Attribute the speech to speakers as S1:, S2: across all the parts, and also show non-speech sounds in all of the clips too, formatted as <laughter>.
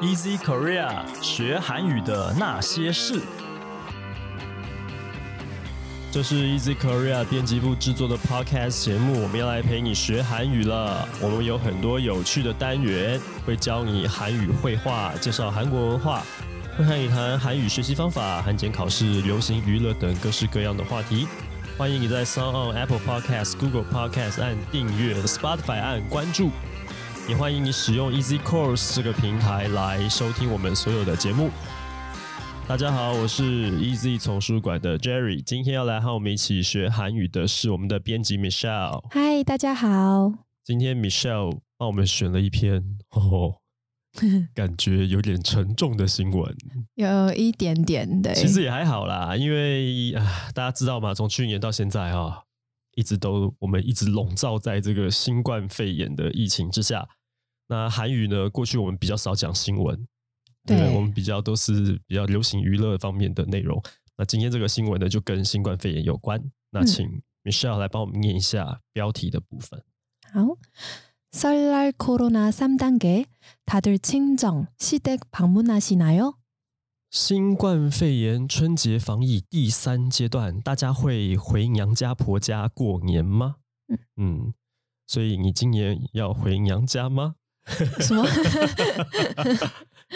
S1: Easy Korea 学韩语的那些事。这是 Easy Korea 编辑部制作的 podcast 节目，我们要来陪你学韩语了。我们有很多有趣的单元，会教你韩语绘画，介绍韩国文化，会和你谈韩语学习方法、韩检考试、流行娱乐等各式各样的话题。欢迎你在 Sound on Apple Podcast、Google Podcast 按订阅，Spotify 按关注。也欢迎你使用 Easy Course 这个平台来收听我们所有的节目。大家好，我是 Easy 丛书馆的 Jerry，今天要来和我们一起学韩语的是我们的编辑 Michelle。
S2: 嗨，大家好。
S1: 今天 Michelle 帮我们选了一篇哦，感觉有点沉重的新闻。
S2: 有一点点的，
S1: 其实也还好啦，因为啊，大家知道嘛，从去年到现在啊、一直都我们一直笼罩在这个新冠肺炎的疫情之下。那韩语呢，过去我们比较少讲新闻，
S2: 对
S1: 我们比较都是比较流行娱乐方面的内容。那今天这个新闻呢，就跟新冠肺炎有关。那
S2: 嗯
S1: 请 Michelle 来帮我们念一下标题的部分。
S2: 好. 설날 코로나 3단계 다들 친정 시댁 방문하시나요?
S1: 新冠肺炎春节防疫第三阶段，大家会回娘家婆家过年吗？
S2: 嗯
S1: 嗯，所以你今年要回娘家吗？<laughs>
S2: 什么？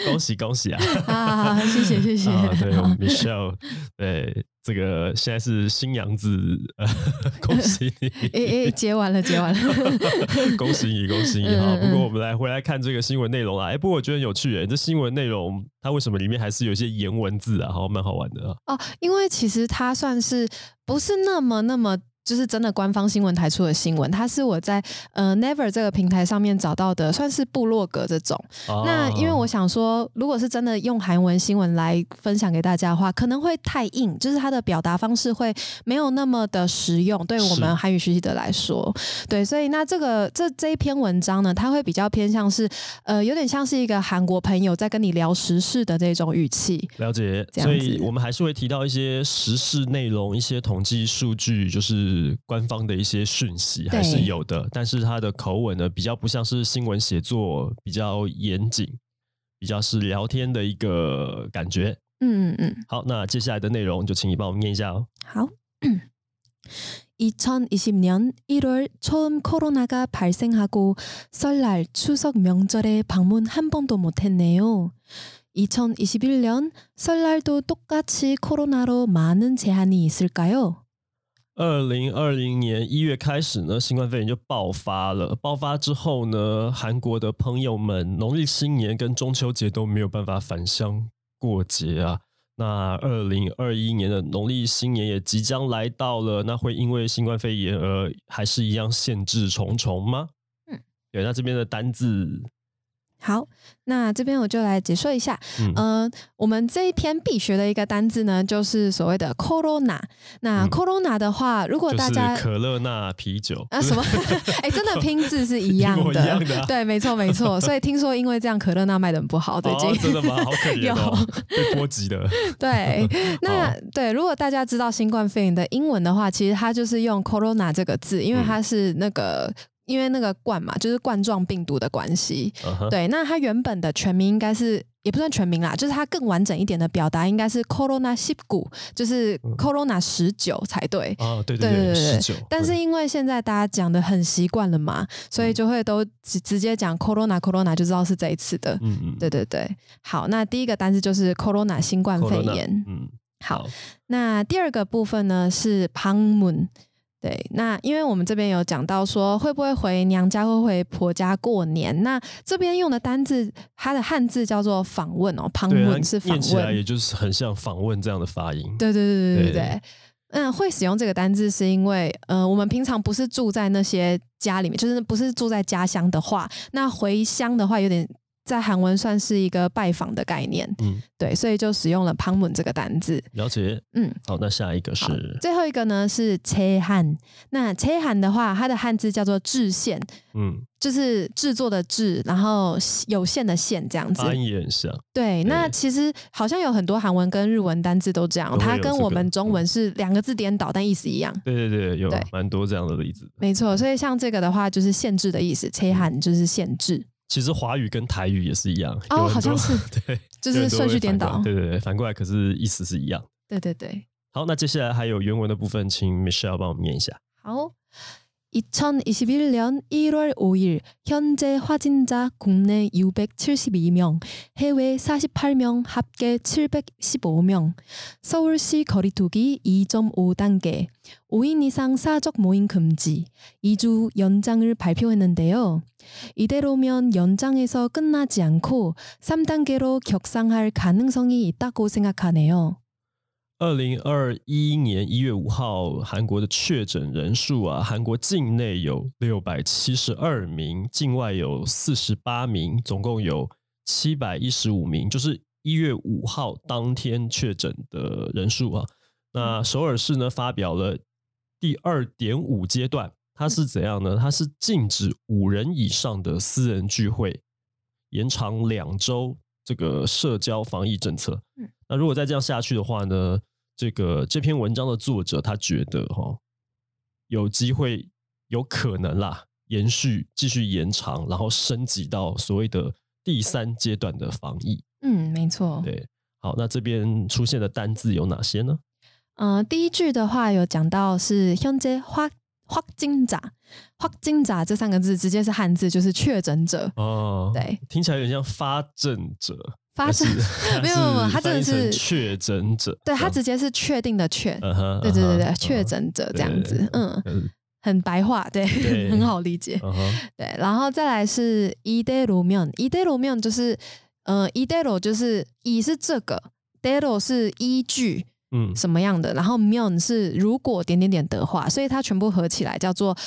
S1: 恭喜恭喜啊！
S2: 啊谢谢 <laughs> 谢谢
S1: 啊对我
S2: <laughs>
S1: 们，Michelle，对这个现在是新娘子， <laughs> 呃、恭喜你！
S2: 诶
S1: <laughs>
S2: 诶，接完了接完了。 <laughs>
S1: 恭喜你，恭喜你！
S2: 嗯
S1: 好，不
S2: 嗯
S1: 过我们来回来看这个新闻内容啊。哎、不过我觉得很有趣、哎，这新闻内容它为什么里面还是有一些颜文字啊？好，蛮好玩的啊。
S2: 哦，因为其实它算是不是那么那么。就是真的官方新闻台出的新闻，它是我在呃 Never 这个平台上面找到的，算是部落格这种。
S1: 哦
S2: 那因为
S1: 啊
S2: 我想说，如果是真的用韩文新闻来分享给大家的话，可能会太硬，就是它的表达方式会没有那么的实用，对我
S1: 是
S2: 们韩语学习者来说，对，所以那这个这这一篇文章呢，它会比较偏向是，呃，有点像是一个韩国朋友在跟你聊时事的这种语气，
S1: 了解，
S2: 这
S1: 所
S2: 样
S1: 以
S2: 子
S1: 我们还是会提到一些时事内容、一些统计数据，就是官方的一些讯息还是
S2: 对
S1: 有的，但是它的口吻呢，比较不像是新闻写作，比较严谨，比较是聊天的一个感觉。
S2: 嗯嗯嗯。
S1: 好，那接下来的内容就请你帮我们念一下哦。
S2: 好. 2020년 1월 처음 코로나가 발생하고 설날, 추석 명절에 방문 한 번도 못했네요. 2021년 설날도 똑같이 코로나로 많은 제한이 있을까요?
S1: 二零二零年一月开始呢，新冠肺炎就爆发了。爆发之后呢，韩国的朋友们农历新年跟中秋节都没有办法返乡过节啊。那二零二一年的农历新年也即将来到了，那会因为新冠肺炎而还是一样限制重重吗？嗯
S2: 嗯，
S1: 对。那这边的单字，
S2: 好，那这边我就来解说一下。
S1: 嗯，
S2: 嗯、我们这一篇必学的一个单字呢，就是所谓的 corona。那
S1: 嗯
S2: corona 的话，如果
S1: 就
S2: 大
S1: 是
S2: 家、
S1: 可乐那啤酒
S2: 啊什么？ <laughs> 哎、真的拼字是一
S1: <laughs>
S2: 样
S1: 一模一
S2: 的，
S1: 样的啊
S2: 对，没错没错。所以听说因为这样可乐那卖的很不好，最近、
S1: 哦，真的吗？好可怜哦，被波及的。
S2: <laughs> 对，
S1: <laughs>
S2: 那
S1: 好
S2: 对，如果大家知道新冠肺炎的英文的话，其实它就是用 corona 这个字，
S1: 嗯
S2: 因为它是那个。因为那个冠嘛，就是冠状病毒的关系。
S1: 嗯哼
S2: 对，那它原本的全名应该是也不算全名啦，就是它更完整一点的表达应该是 corona 1 9就是
S1: 嗯
S2: corona 十九才对。
S1: 啊，对
S2: 对
S1: 对，
S2: 对对
S1: 十
S2: 对
S1: 九。
S2: 但是因为现在大家讲的很习惯了嘛，所
S1: 嗯
S2: 以就会都直直接讲 corona corona 就知道是这一次的。
S1: 嗯嗯，
S2: 对对对，好，那第一个单字就是 corona 新冠肺
S1: Corona，
S2: 炎。
S1: 嗯，
S2: 好，，那第二个部分呢是 p a n m u n 对，那因为我们这边有讲到说会不会回娘家或回婆家过年，那这边用的单字它的汉字叫做访问哦 p a n
S1: 对
S2: m u
S1: 啊，
S2: n 是访
S1: 念起来
S2: 问
S1: 也。就是很像访问这样的发音。
S2: 对对对对对
S1: 对
S2: 对。嗯，会使用这个单字是因为，呃，我们平常不是住在那些家里面，就是不是住在家乡的话，那回乡的话，有点在韩文算是一个拜访的概念，
S1: 嗯，
S2: 对，所以就使用了 p a n m u n 这个单字。
S1: 了解。
S2: 嗯，
S1: 好，那下一个
S2: 好
S1: 是，
S2: 最后一个呢是切汉。那切汉的话，它的汉字叫做制限，
S1: 嗯，
S2: 就是制作的制，然后有限的限这样子。
S1: 发音也很像。
S2: 对，那
S1: 对
S2: 其实好像有很多韩文跟日文单字都这样，
S1: 都会
S2: 它
S1: 有
S2: 跟
S1: 这
S2: 我
S1: 个嗯
S2: 们中文是两个字颠倒，但意思一样。
S1: 对对对，有
S2: 对
S1: 蛮多这样的例子。嗯
S2: 没错，所以像这个的话，就是限制的意思，切汉就是限制。
S1: 其实华语跟台语也是一样，
S2: 哦
S1: 有很多
S2: 好像是
S1: 对，
S2: 就
S1: 有
S2: 是
S1: 很多
S2: 顺序
S1: 会
S2: 颠
S1: 反过
S2: 倒
S1: 来。对对对，反过来可是意思是一样。
S2: 对对对，
S1: 好，那接下来还有原文的部分，请 Michelle 帮我们念一下。
S2: 好. 2021년 1월 5일 현재 확진자 국내 672명, 해외 48명 합계 715명. 서울시 거리두기 2.5단계, 5인 이상 사적 모임 금지, 2주 연장을 발표했는데요. 이대로면 연장에서 끝나지 않고 3단계로 격상할 가능성이 있다고 생각하네요.
S1: 二零二一年一月五号，韩国的确诊人数啊，韩国境内有六百七十二名，境外有四十八名，总共有七百一十五名，就是一月五号当天确诊的人数啊。那首尔市呢发表了第二点五阶段，它是怎样呢？它是禁止五人以上的私人聚会，延长两周这个社交防疫政策。那如果再这样下去的话呢，这个这篇文章的作者他觉得哈、哦，有机会有可能啦，延续继续延长，然后升级到所谓的第三阶段的防疫。
S2: 음, 没错.
S1: 对，好，那这边出现的单字有哪些呢？
S2: 呃，第一句的话有讲到是현재花확金자，확金자这三个字直接是汉字，就是确诊者。
S1: 哦，，
S2: 对，
S1: 听起来有点像发症者，
S2: 发生 <laughs>
S1: 还是
S2: 没有没有没有
S1: 还
S2: 他真
S1: 翻
S2: 的
S1: 译成
S2: 是
S1: 确诊者，
S2: 对他
S1: 这样，
S2: 直接是确定的确，
S1: 嗯哼，
S2: 对对对
S1: 嗯
S2: 对，
S1: 哼
S2: 确，诊者这样
S1: 对
S2: 子，嗯，
S1: 嗯
S2: 很白话，对，
S1: 对
S2: 很好理解。
S1: 嗯哼，
S2: 对，然后再来是이대로면，이대로면就是呃，이대로就是以是这个。dero 是依据
S1: 嗯，
S2: 什么样的，然后 mion 是如果点点点的话，所以它全部合起来叫做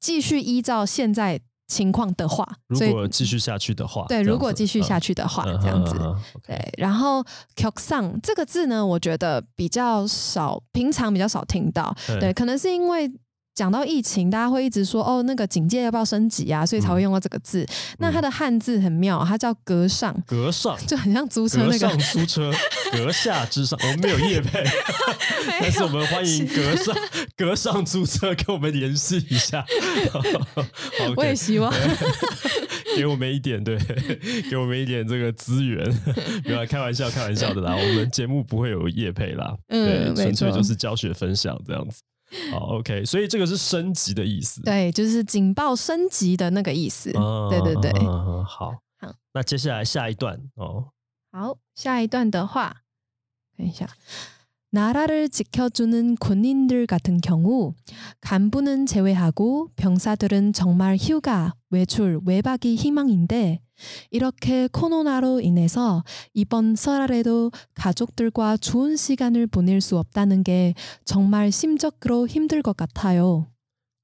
S2: 继续依照现在情况的话，
S1: 如
S2: 所以
S1: 果继续下去的话，
S2: 对，如果继续下
S1: 去。
S2: 去的话，
S1: 嗯
S2: 这样子。
S1: 嗯嗯嗯，OK
S2: 对，然后 k o k s a n 这个字呢，我觉得比较少，平常比较少听到。
S1: 对
S2: 对，可能是因为讲到疫情，大家会一直说哦，那个警戒要不要升级啊，所以才会用到这个字。
S1: 嗯
S2: 那它的汉字很妙，它叫格上，
S1: 格上，
S2: 就很像租车
S1: 格
S2: 那个
S1: 上租车，格下之上，我们没有业 <laughs> 配，
S2: <laughs> 没
S1: 但是
S2: 有
S1: 我们欢迎格上 <laughs> 格上租车跟我们联系一下。 <laughs> 好
S2: 我也希
S1: <laughs>
S2: 望
S1: 给我们一点对， <laughs> 给我们一点这个资
S2: <laughs>
S1: 源，没有啦啊开玩笑，开玩笑的啦，我们节目不会有业配啦，对，
S2: 嗯
S1: 纯
S2: 没
S1: 粹
S2: 错
S1: 就是教学分享这样子。好，OK，所以这个是升级的意思。
S2: 对，就是警报升级的那个意思。
S1: 啊，
S2: 对对对
S1: 啊啊啊好
S2: 好。
S1: 那接下来下一段哦，
S2: 好，下一段的话，看一下。나라를지켜주는군인들같은경우간부는제외하고병사들은정말휴가외출외박이희망인데이렇게코로나로인해서이번설날에도가족들과좋은시간을보낼수없다는게정말심적으로힘들것같아요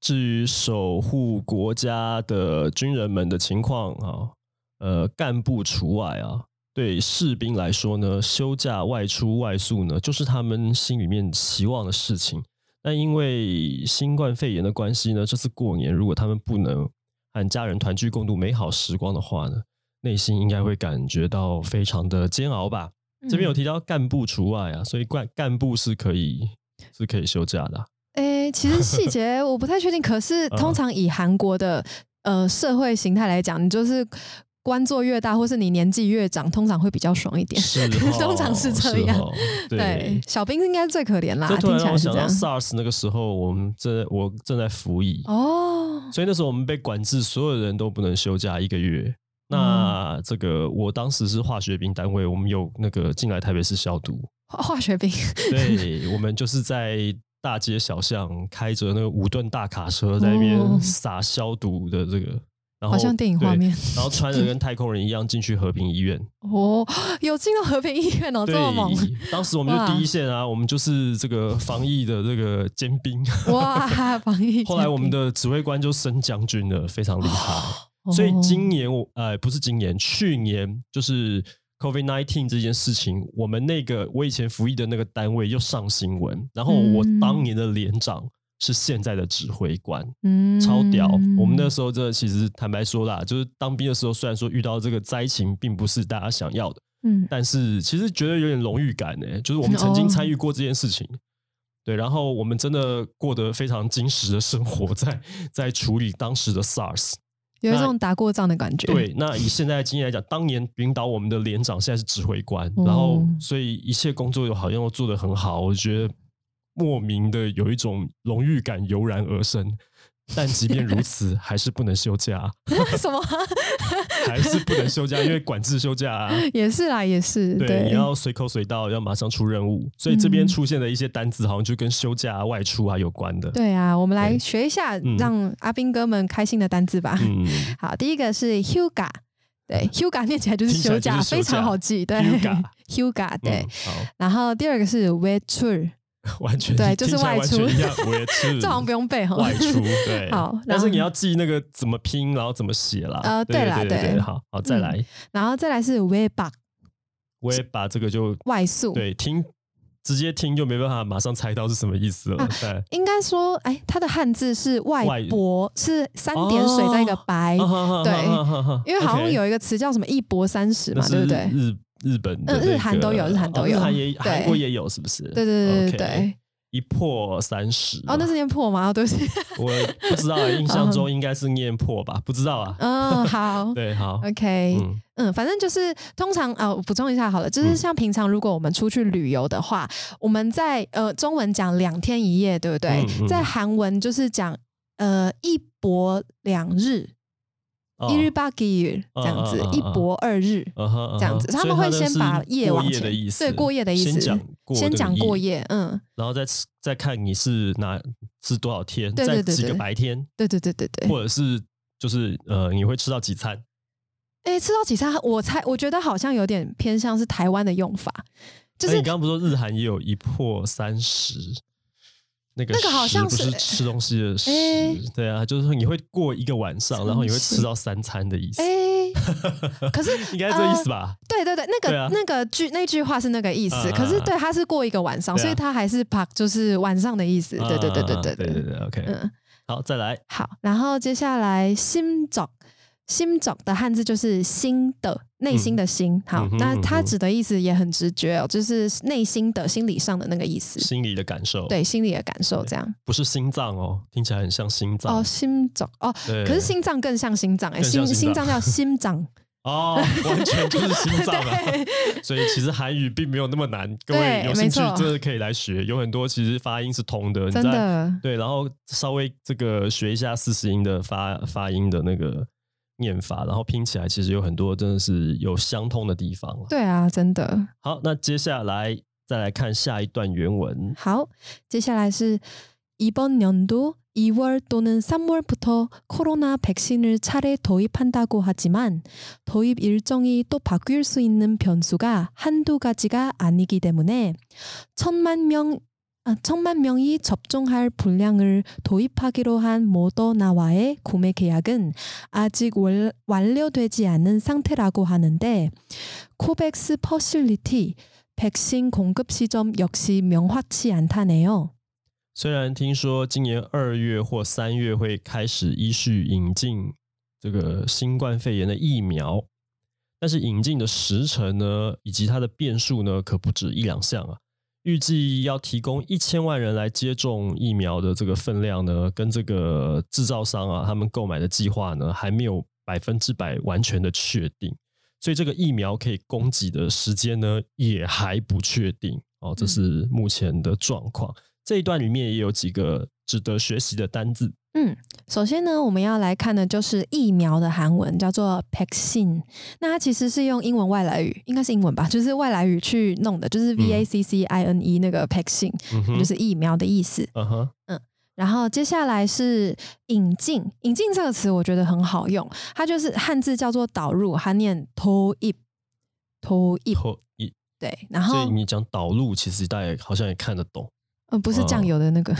S1: 至于守护国家的军人们的情况啊，呃，干部除外啊，对士兵来说呢，休假、外出、外宿呢，就是他们心里面期望的事情。那因为新冠肺炎的关系呢，这次过年如果他们不能和家人团聚共度美好时光的话呢，内心应该会感觉到非常的煎熬吧。这边
S2: 嗯
S1: 有提到干部除外啊，所以干干部是可以是可以休假的啊、
S2: 诶、其实细节我不太确定，可是
S1: 嗯
S2: 通常以韩国的呃社会形态来讲，你就是官做越大，或是你年纪越长，通常会比较爽一点。
S1: 是哦，
S2: <laughs> 通常是这样
S1: 哦对
S2: 对，，小兵应该最可怜啦，
S1: 这突
S2: 听
S1: 然
S2: 起
S1: 让
S2: 来
S1: 我
S2: 是
S1: 想
S2: 这
S1: 到
S2: 样。
S1: SARS 那个时候，我们正我正在服役，
S2: 哦，
S1: 所以那时候我们被管制，所有人都不能休假一个月。
S2: 哦
S1: 那这个我当时是化学兵单位，我们有那个进来台北市消毒，
S2: 化化学兵， <laughs>
S1: 对我们就是在大街小巷开着那个五吨大卡车在那边
S2: 哦
S1: 撒消毒的这个，然后
S2: 好像电影画
S1: 对
S2: 面。
S1: 然后穿着
S2: <laughs>
S1: 跟太空人一样进去和平医院，
S2: 哦，有进到和平医院哦，这么猛！
S1: 对，当时我们就
S2: 哇
S1: 第一线啊，我们就是这个防疫的这个尖兵。
S2: <laughs> 哇，防疫。
S1: 后来我们的指挥官就升将军了，非常厉害。
S2: 哦，
S1: 所以今年我呃不是今年，去年就是 COVID nineteen 这件事情，我们那个我以前服役的那个单位又上新闻，然后我
S2: 嗯
S1: 当年的连长是现在的指挥官，
S2: 嗯
S1: 超屌！我们那时候真的其实坦白说啦，就是当兵的时候，虽然说遇到这个灾情，并不是大家想要的。
S2: 嗯
S1: 但是其实觉得有点荣誉感呢、就是我们曾经
S2: 哦
S1: 参与过这件事情，对，然后我们真的过得非常精实的生活在，在处理当时的 SARS，
S2: 有一种打过仗的感觉。
S1: 对，那以现在的经验来讲，当年领导我们的连长现在是指挥官，然后
S2: 嗯
S1: 所以一切工作又好像都做得很好，我觉得莫名的有一种荣誉感油然而生。但即便如此，还是不能休假，
S2: <laughs> 什么 <laughs>
S1: 还是不能休假，因为管制休假、啊。
S2: 也是啦，也是
S1: 对，你要随口随到，要马上出任务，所以这边
S2: 嗯
S1: 出现的一些单词好像就跟休假、啊、外出啊有关的。
S2: 对啊，我们来
S1: 对
S2: 学一下
S1: 嗯
S2: 让阿兵哥们开心的单字吧。
S1: 嗯
S2: <laughs> 好，第一个是 huga，对，huga 念起来就是
S1: 听起来
S2: 休假，
S1: 就是休
S2: 非常
S1: 假
S2: 好记。对
S1: Hyuga
S2: <laughs> ，huga 对。
S1: 嗯好， <laughs>
S2: 然后第二个是 w e t u r
S1: 完全
S2: 对就是
S1: 听起来
S2: 外
S1: 完
S2: 出
S1: 全一样，我也是，
S2: <laughs> 这好像不用背哈。
S1: 嗯
S2: 哦
S1: 外
S2: <laughs>
S1: 出对。
S2: 好然后
S1: 但是你要记那个怎么拼，然后怎么写啦。
S2: 呃
S1: 对
S2: 对啦
S1: 对对
S2: 对嗯
S1: 对好好再来，
S2: 然后再来是 w e b a
S1: 我也把这个就
S2: 外宿。
S1: 对听直接听就没办法马上猜到是什么意思了
S2: 啊。
S1: 对，
S2: 应该说，哎，它的汉字是外
S1: 外哦
S2: 薄，是三点水在一个白，哎对因为好像
S1: OK
S2: 有一个词叫什么一薄三十
S1: 那
S2: 嘛，对
S1: 是
S2: 不对？
S1: 日日本的
S2: 嗯
S1: 那个
S2: 日韩都有日韩都有
S1: 哦日韩也
S2: 对
S1: 韩国也有是不是？
S2: 对对对
S1: OK 嗯
S2: 对对。
S1: 一破三十
S2: 哦，那是念破吗？哦对不起。 <laughs>
S1: 我不知道啊，印象中应该是念破吧？不知道啊。
S2: 嗯，好
S1: 对，好，
S2: ，OK，
S1: 嗯
S2: 嗯，反正就是通常啊，我补充一下好了，就是像平常如果我们出去旅游的话，我们在呃中文讲两天一夜，对不对？
S1: 嗯嗯
S2: 在韩文就是讲呃一泊两日，
S1: 哦
S2: 一日八个日
S1: 嗯
S2: 这样子，
S1: 嗯嗯嗯
S2: 一泊二日。
S1: 嗯哼，嗯
S2: 这样子
S1: 哼
S2: 他
S1: 所以
S2: 们会
S1: 它的
S2: 先
S1: 是
S2: 把夜
S1: 过
S2: 往
S1: 夜的
S2: 前
S1: 意思，
S2: 对过夜的意
S1: 先
S2: 思
S1: 讲过，
S2: 先讲过，夜，嗯，
S1: 然后再吃再看你是哪是多少天，
S2: 对对
S1: 在
S2: 对
S1: 几个
S2: 对
S1: 白天，
S2: 对对对对对。
S1: 或者是就是呃，你会吃到几餐？
S2: 哎、吃到几餐，我猜我觉得好像有点偏向是台湾的用法，就
S1: 哎
S2: 是
S1: 你刚刚不是说日韩也有一破三十？那个
S2: 那个好
S1: 十
S2: 像
S1: 不是
S2: 是
S1: 吃东西的食，
S2: 哎
S1: 对啊，就是说你会过一个晚上，然后你会
S2: 三
S1: 吃
S2: 十
S1: 到三餐的意思， <laughs>
S2: 哎、可是呃
S1: 应该这意思吧？
S2: 对对对，那
S1: 对
S2: 个、
S1: 啊
S2: 那个句那句话是那个意思，
S1: 啊啊啊
S2: 可是对，它是过一个晚上，
S1: 对啊
S2: 所以它还是 park 就是晚上的意思。呃对对对对
S1: 啊
S2: 对
S1: 对对对，OK，、
S2: 嗯，
S1: 好，再来，
S2: 好。然后接下来心种，心种的汉字就是心的内心的心。好
S1: 嗯，哼
S2: 那
S1: 嗯
S2: 它
S1: 哼
S2: 指的意思也很直觉哦，就是内心的心理上的那个意思，
S1: 心理的感受，，
S2: 对心理的感受这样。
S1: 不是心脏哦，听起来很像心脏
S2: 哦，心种哦，
S1: 对，
S2: 可是心脏更像心脏哎，
S1: 更像
S2: 心
S1: 心
S2: 心
S1: 脏
S2: 脏叫心脏，
S1: 哦，完全就是心 <laughs> 脏啊！
S2: <laughs> 对
S1: 所以其实韩语并没有那么难，各位
S2: 对
S1: 有兴趣
S2: 没错
S1: 真的可以来学，有很多其实发音是通的，你
S2: 真
S1: 在
S2: 的。
S1: 对，然后稍微这个学一下四十音的发发音的那个念法，然后拼起来其实有很多真的是有相通的地方了。
S2: 对啊，真的
S1: 好，那接下来再来看下一段原文。
S2: 好，接下来是이번연도2월또는3월부터코로나 백신을 차례 도입한다고 하지만 도입 일정이 또 바뀔 수 있는 변수가 한두 가지가 아니기 때문에 천만 명 아, 천만 명이 접종할 분량을 도입하기로 한 모더나와의 구매 계약은 아직 월- 완료되지 않은 상태라고 하는데 코백스 퍼실리티 백신 공급 시점 역시 명확치 않다네요.
S1: 虽然听说今年二月或三月会开始依序引进这个新冠肺炎的疫苗，但是引进的时程呢，以及它的变数呢，可不止一两项啊。预计要提供一千万人来接种疫苗的这个分量呢，跟这个制造商啊，他们购买的计划呢，还没有百分之百完全的确定，所以这个疫苗可以供给的时间呢，也还不确定哦。
S2: 嗯
S1: 这是目前的状况。这一段里面也有几个值得学习的单字。
S2: 首先呢，我们要来看的就是疫苗的韩文，叫做 vaccine。那它其实是用英文外来语，应该是英文吧，就是外来语去弄的，就是
S1: 嗯
S2: V A C C I N E 那个 vaccine，、
S1: 嗯哼
S2: 就是疫苗的意思。
S1: 嗯哼，
S2: 然后接下来是引进，引进这个词我觉得很好用，它就是汉字叫做导入，它念 toip，toip，
S1: 后一，
S2: 对。然
S1: 所以
S2: 后
S1: 你讲导入，其实大家好像也看得
S2: <laughs>
S1: 懂，
S2: 呃，不是
S1: 哦
S2: 酱油的那个。 <laughs>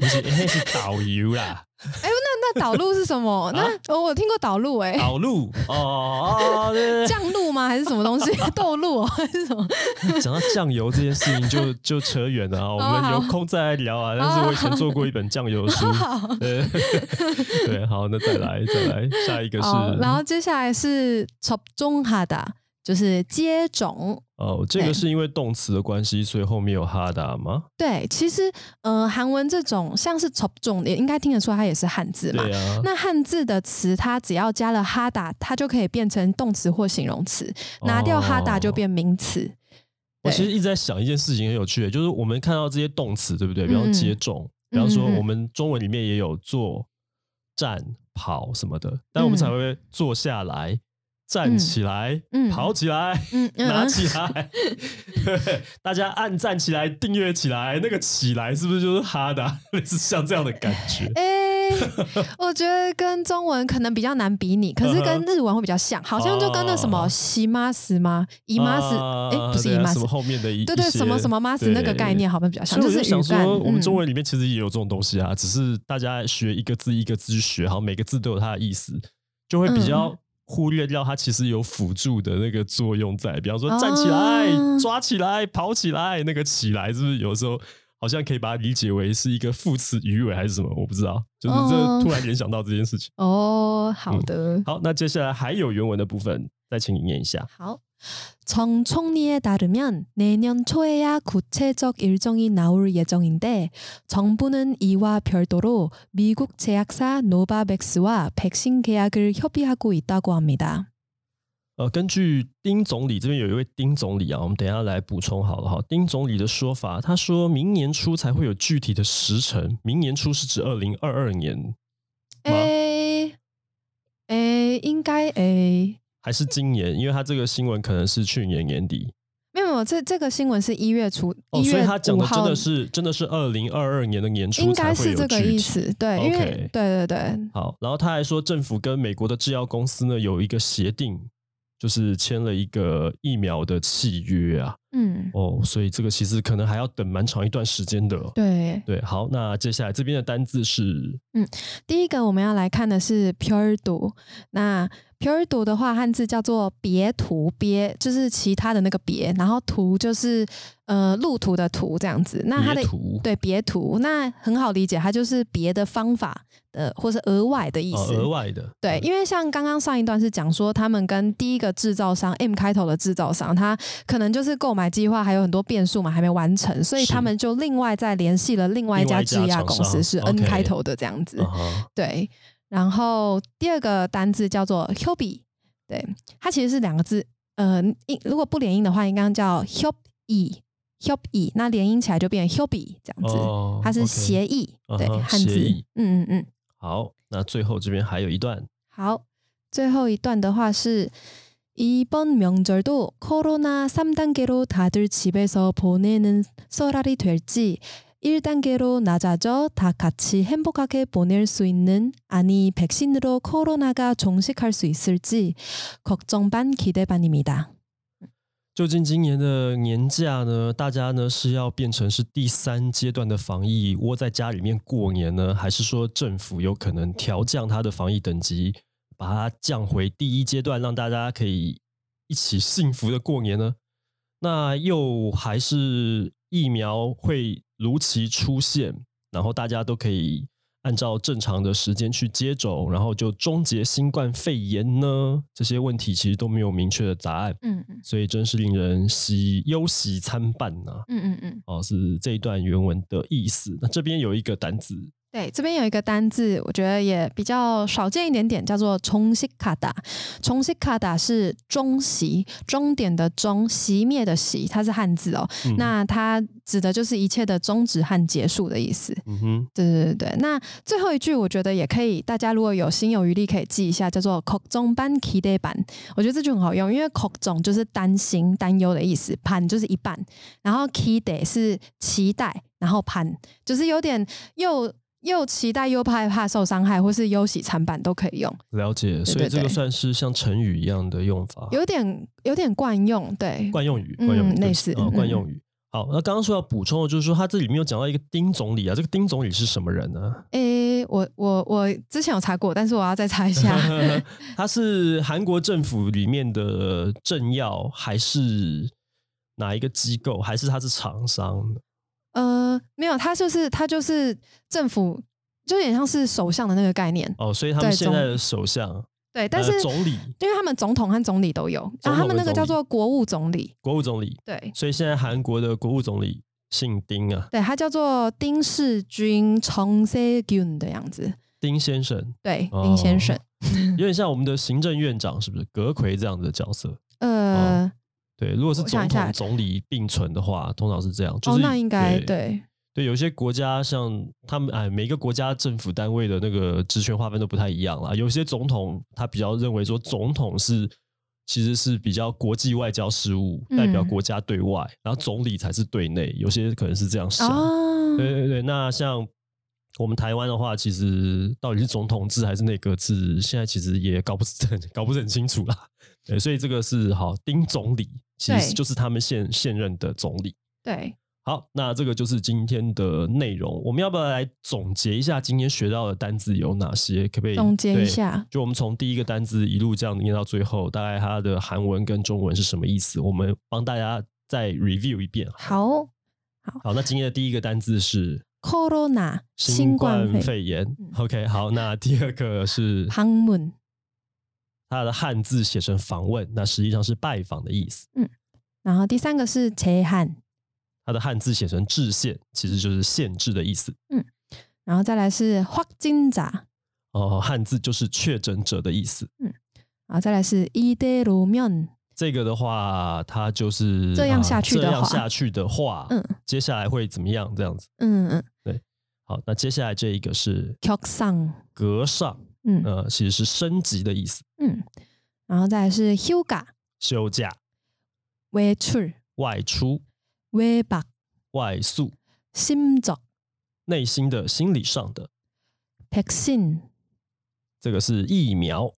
S2: 哎
S1: 不是，应该是导游啦，
S2: 那导入是什
S1: 啊
S2: 么？那、哦、我听过导入哎、
S1: 导入哦哦，哦
S2: <laughs>
S1: 对对
S2: 酱露吗？还是什么东西？ <laughs> 豆露哦还是什么？
S1: 对，讲到酱油这件事情就就扯远了啊，我
S2: 哦
S1: 们
S2: 好哦
S1: 有空再来聊啊。但是我以前做过一本酱油的
S2: <laughs>
S1: 书，
S2: 好，
S1: 对对，好，那再来再来，下一个
S2: 哦好然后
S1: 是
S2: 接下来是접종하다， 就是接种。
S1: 哦，这个
S2: 对
S1: 是因为动词的关系，所以后面有哈达吗？
S2: 对，其实呃，韩文这种像是从种，也应该听得出来它也是汉字嘛
S1: 对。啊呀、
S2: 那汉字的词，它只要加了哈达，它就可以变成动词或形容词；拿掉哈达就
S1: 哦
S2: 变名词。
S1: 我
S2: 对
S1: 其实一直在想一件事情，很有趣，就是我们看到这些动词，对不对？比方
S2: 嗯嗯
S1: 接种，比方说
S2: 嗯嗯嗯
S1: 我们中文里面也有坐、站、跑什么的，但我们
S2: 嗯
S1: 才会坐下来、站起来、
S2: 嗯
S1: 跑起来、
S2: 嗯嗯
S1: 拿
S2: 嗯
S1: 起
S2: <laughs>
S1: 来。对大家按赞起来、订阅起来，那个起来是不是就是哈达？ <laughs> 类似像这样的感觉。
S2: 哎、我觉得跟中文可能比较难比拟，可是跟日文会比较像，好像就跟那什
S1: 嗯哦
S2: 么西马斯吗？姨妈斯，哎、
S1: 啊
S2: 不是姨
S1: 对啊
S2: 妈
S1: 什
S2: 斯
S1: 么，后面的一
S2: 对对，
S1: 一些
S2: 什么什么妈斯那个
S1: 对
S2: 概念好像比较
S1: 所以我
S2: 像，啊是
S1: 就想
S2: 语干。
S1: 说，我们中
S2: 嗯、
S1: 文里面其实也有这种东西啊，只是大家学一个字一个字去学，好像每个字都有它的意思，就会比
S2: 嗯
S1: 较忽略掉它其实有辅助的那个作用在。比方说站起来、
S2: 啊
S1: 抓起来、跑起来，那个起来是不是有时候好像可以把它理解为是一个副词语尾还是什么？我不知道，就是这
S2: 哦
S1: 突然联想到这件事情。
S2: 哦，好
S1: 嗯
S2: 的，
S1: 好，那接下来还有原文的部分，再请你念一下。
S2: 好. 정 총리에 따르면 내년 초에야 구체적 일정이 나올 예정인데 정부는 이와 별도로 미국 제약사 노바백스와 백신 계약을 협의하고 있다고 합니다.
S1: 呃，根据丁总理这边有一位丁总理啊，我们等一下来补充好了哈。丁总理的说法，他说明年初才会有具体的时程，明年初是指二零二二年吗？
S2: 诶诶，应该诶，
S1: 还是今年？因为他这个新闻可能是去年年底
S2: 没有没有，这这个新闻是一月初，
S1: 哦，
S2: 一
S1: 所以
S2: 月
S1: 他讲
S2: 五
S1: 的真
S2: 号
S1: 的是真的是二零二二年的年初
S2: 应
S1: 才会
S2: 该是
S1: 有
S2: 这个
S1: 具
S2: 意
S1: 体
S2: 思，对，因为
S1: OK
S2: 对对对，
S1: 好，然后他还说，政府跟美国的制药公司呢有一个协定，就是签了一个疫苗的契约啊。
S2: 嗯，
S1: 哦，所以这个其实可能还要等蛮长一段时间的。哦
S2: 对。
S1: 对，好，那接下来这边的单字是
S2: 第一个我们要来看的是 pure 读，那 pure 读的话，汉字叫做别途，别就是其他的那个别，然后途就是呃路途的途这样子。那它的
S1: 别途，
S2: 对别途，那很好理解，它就是别的方法的，或是额外的意
S1: 哦
S2: 思。
S1: 额外的，
S2: 对，因为像刚刚上一段是讲说，他们跟第一个制造商 M 开头的制造商，他可能就是购买计划还有很多变数嘛，还没完成，所以
S1: 是
S2: 他们就另外再联系了另外一
S1: 另外
S2: 家
S1: 一家
S2: 制药
S1: 厂
S2: 公司，
S1: 商
S2: 是
S1: OK
S2: N 开头的这样子。
S1: 啊哈
S2: 对，然后第二个单字叫做 hubby，对，它其实是两个字，呃，音如果不连音的话，应该叫 hubby hubby，那连音起来就变 hubby 这样子，
S1: 哦
S2: 它是
S1: OK
S2: 协议，对，
S1: 啊哈
S2: 汉
S1: 协
S2: 字
S1: 议，
S2: 嗯嗯嗯，
S1: 好，那最后这边还有一段，
S2: 好，最后一段的话是。이번명절도코로나3단계로다들집에서보내는설날이될지1단계로낮아져다같이행복하게보낼수있는아니백신으로코로나가종식할수있을지걱정반기대반입니다。
S1: 究竟今年的年假呢，大家呢是要变成是第三阶段的防疫，窝在家里面过年呢，还是说政府有可能调降它的防疫等级，把它降回第一阶段，让大家可以一起幸福的过年呢？那又还是疫苗会如期出现，然后大家都可以按照正常的时间去接种，然后就终结新冠肺炎呢？这些问题其实都没有明确的答案。
S2: 嗯嗯
S1: 所以真是令人喜忧喜参半呐、
S2: 嗯嗯嗯，
S1: 哦，是这一段原文的意思。那这边有一个单字，
S2: 对，这边有一个单字，我觉得也比较少见一点点，叫做重息卡达。重息卡达是中息，终点的终，熄灭的熄，它是汉字哦。
S1: 嗯、
S2: 那它指的就是一切的终止和结束的意思。
S1: 嗯哼，
S2: 对对对对，那最后一句我觉得也可以，大家如果有心有余力可以记一下，叫做 “cock 中班 key day 版”。我觉得这句很好用，因为 “cock 中”就是担心、担忧的意思，盘就是一半，然后 key day 是期待，然后盘就是有点又又期待又害怕受伤害，或是忧喜参半都可以用，
S1: 了解。所以
S2: 对
S1: 这个
S2: 对
S1: 算是像成语一样的用法，
S2: 有点有点惯用，对，
S1: 惯用语，
S2: 嗯
S1: 惯用语，对不
S2: 类
S1: 起
S2: 似
S1: 啊，
S2: 嗯
S1: 惯用语。好，那刚刚说要补充的就是说，他这里面有讲到一个丁总理啊，这个丁总理是什么人呢？ <laughs>
S2: 诶，我我我之前有查过，但是我要再查
S1: <laughs>
S2: 一下。
S1: 他是韩国政府里面的政要，还是哪一个机构，还是他是厂商？
S2: 呃，没有，他就是他就是政府，就有点像是首相的那个概念。
S1: 哦，所以他们
S2: 对
S1: 现在的首相
S2: 对，但是、
S1: 呃总理
S2: 因为他们总统和总理都有，然
S1: 总统
S2: 后他们那
S1: 跟总
S2: 个叫
S1: 理
S2: 做国务总理，
S1: 国务总理，
S2: 对
S1: 所以现在韩国的国务总理姓丁啊，
S2: 对，他叫做丁世军从 s Gun 的样子，
S1: 丁先生，
S2: 对，
S1: 哦
S2: 丁先生，
S1: 有点像我们的行政院长，是不是？葛魁这样的角色。
S2: 呃，
S1: 对，如果是
S2: 我
S1: 总
S2: 想一下
S1: 统、总理并存的话，通常是这样。就
S2: 哦，
S1: 是、
S2: 那应该
S1: 对
S2: 对
S1: 对，有些国家像他们哎，每个国家政府单位的那个职权划分都不太一样啦。有些总统他比较认为说，总统是其实是比较国际外交事务，代表
S2: 嗯
S1: 国家对外，然后总理才是对内。有些可能是这样想。
S2: 哦，
S1: 对对对，那像我们台湾的话，其实到底是总统制还是内阁制，现在其实也搞不是很搞不是很清楚啦。对，所以这个是好丁总理，其实
S2: 对
S1: 就是他们现现任的总理。
S2: 对，
S1: 好，那这个就是今天的内容。我们要不要来总结一下今天学到的单字有哪些？可不可以
S2: 总结
S1: 对
S2: 一下，
S1: 就我们从第一个单字一路这样念到最后，大概它的韩文跟中文是什么意思？我们帮大家再 review 一遍。啊
S2: 好
S1: 好，那今天的第一个单字是
S2: ，corona
S1: 新
S2: 新
S1: 冠
S2: 冠肺
S1: 肺炎。
S2: 嗯
S1: OK，好，那第二个是
S2: 방문
S1: 它的汉字写成访问，那实际上是拜访的意思。
S2: 然后第三个是제한，
S1: 它的汉字写成制限，其实就是限制的意思。
S2: 然后再来是확진자，
S1: 哦，汉字就是确诊者的意思。
S2: 然后再来是이대로면，
S1: 这个的话，它就是
S2: 这样
S1: 啊
S2: 下去的
S1: 这样
S2: 话
S1: 下去的话，
S2: 嗯
S1: 接下来会怎么样？这样子。
S2: 嗯嗯，
S1: 好，那接下来这一个是
S2: 격상，
S1: 格上，
S2: 嗯
S1: 呃，其实是升级的意思，
S2: 嗯，然后再来是휴가，
S1: 休假、
S2: 외출，
S1: 外出、
S2: 외박，
S1: 外宿，
S2: 심적，
S1: 内心的、心理上的，
S2: 백신，
S1: 这个是疫苗。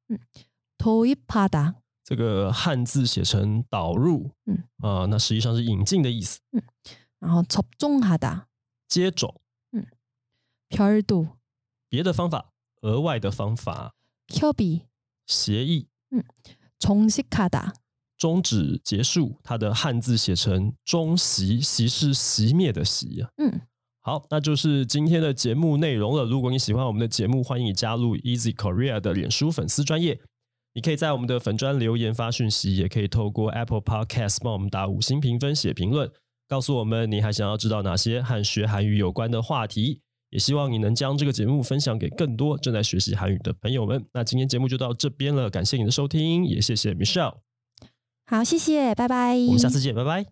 S2: 도입하다，
S1: 这个汉字写成导入，
S2: 嗯
S1: 啊、那实际上是引进的意思。
S2: 然后접종하다，
S1: 接种，
S2: 별도，
S1: 别的方法，额外的方法，
S2: 협의，
S1: 协议
S2: 종식하다，
S1: 终止结束，它的汉字写成终息，息是熄灭的息啊。
S2: 嗯。
S1: 好，那就是今天的节目内容了。如果你喜欢我们的节目，欢迎你加入 Easy Korea 的脸书粉丝专业。你可以在我们的粉专留言发讯息，也可以透过 Apple Podcast 帮我们打五星评分、写评论，告诉我们你还想要知道哪些和学韩语有关的话题。也希望你能将这个节目分享给更多正在学习韩语的朋友们。那今天节目就到这边了，感谢你的收听，也谢谢 Michelle，
S2: 好，谢谢，拜拜。
S1: 我们下次见，拜拜。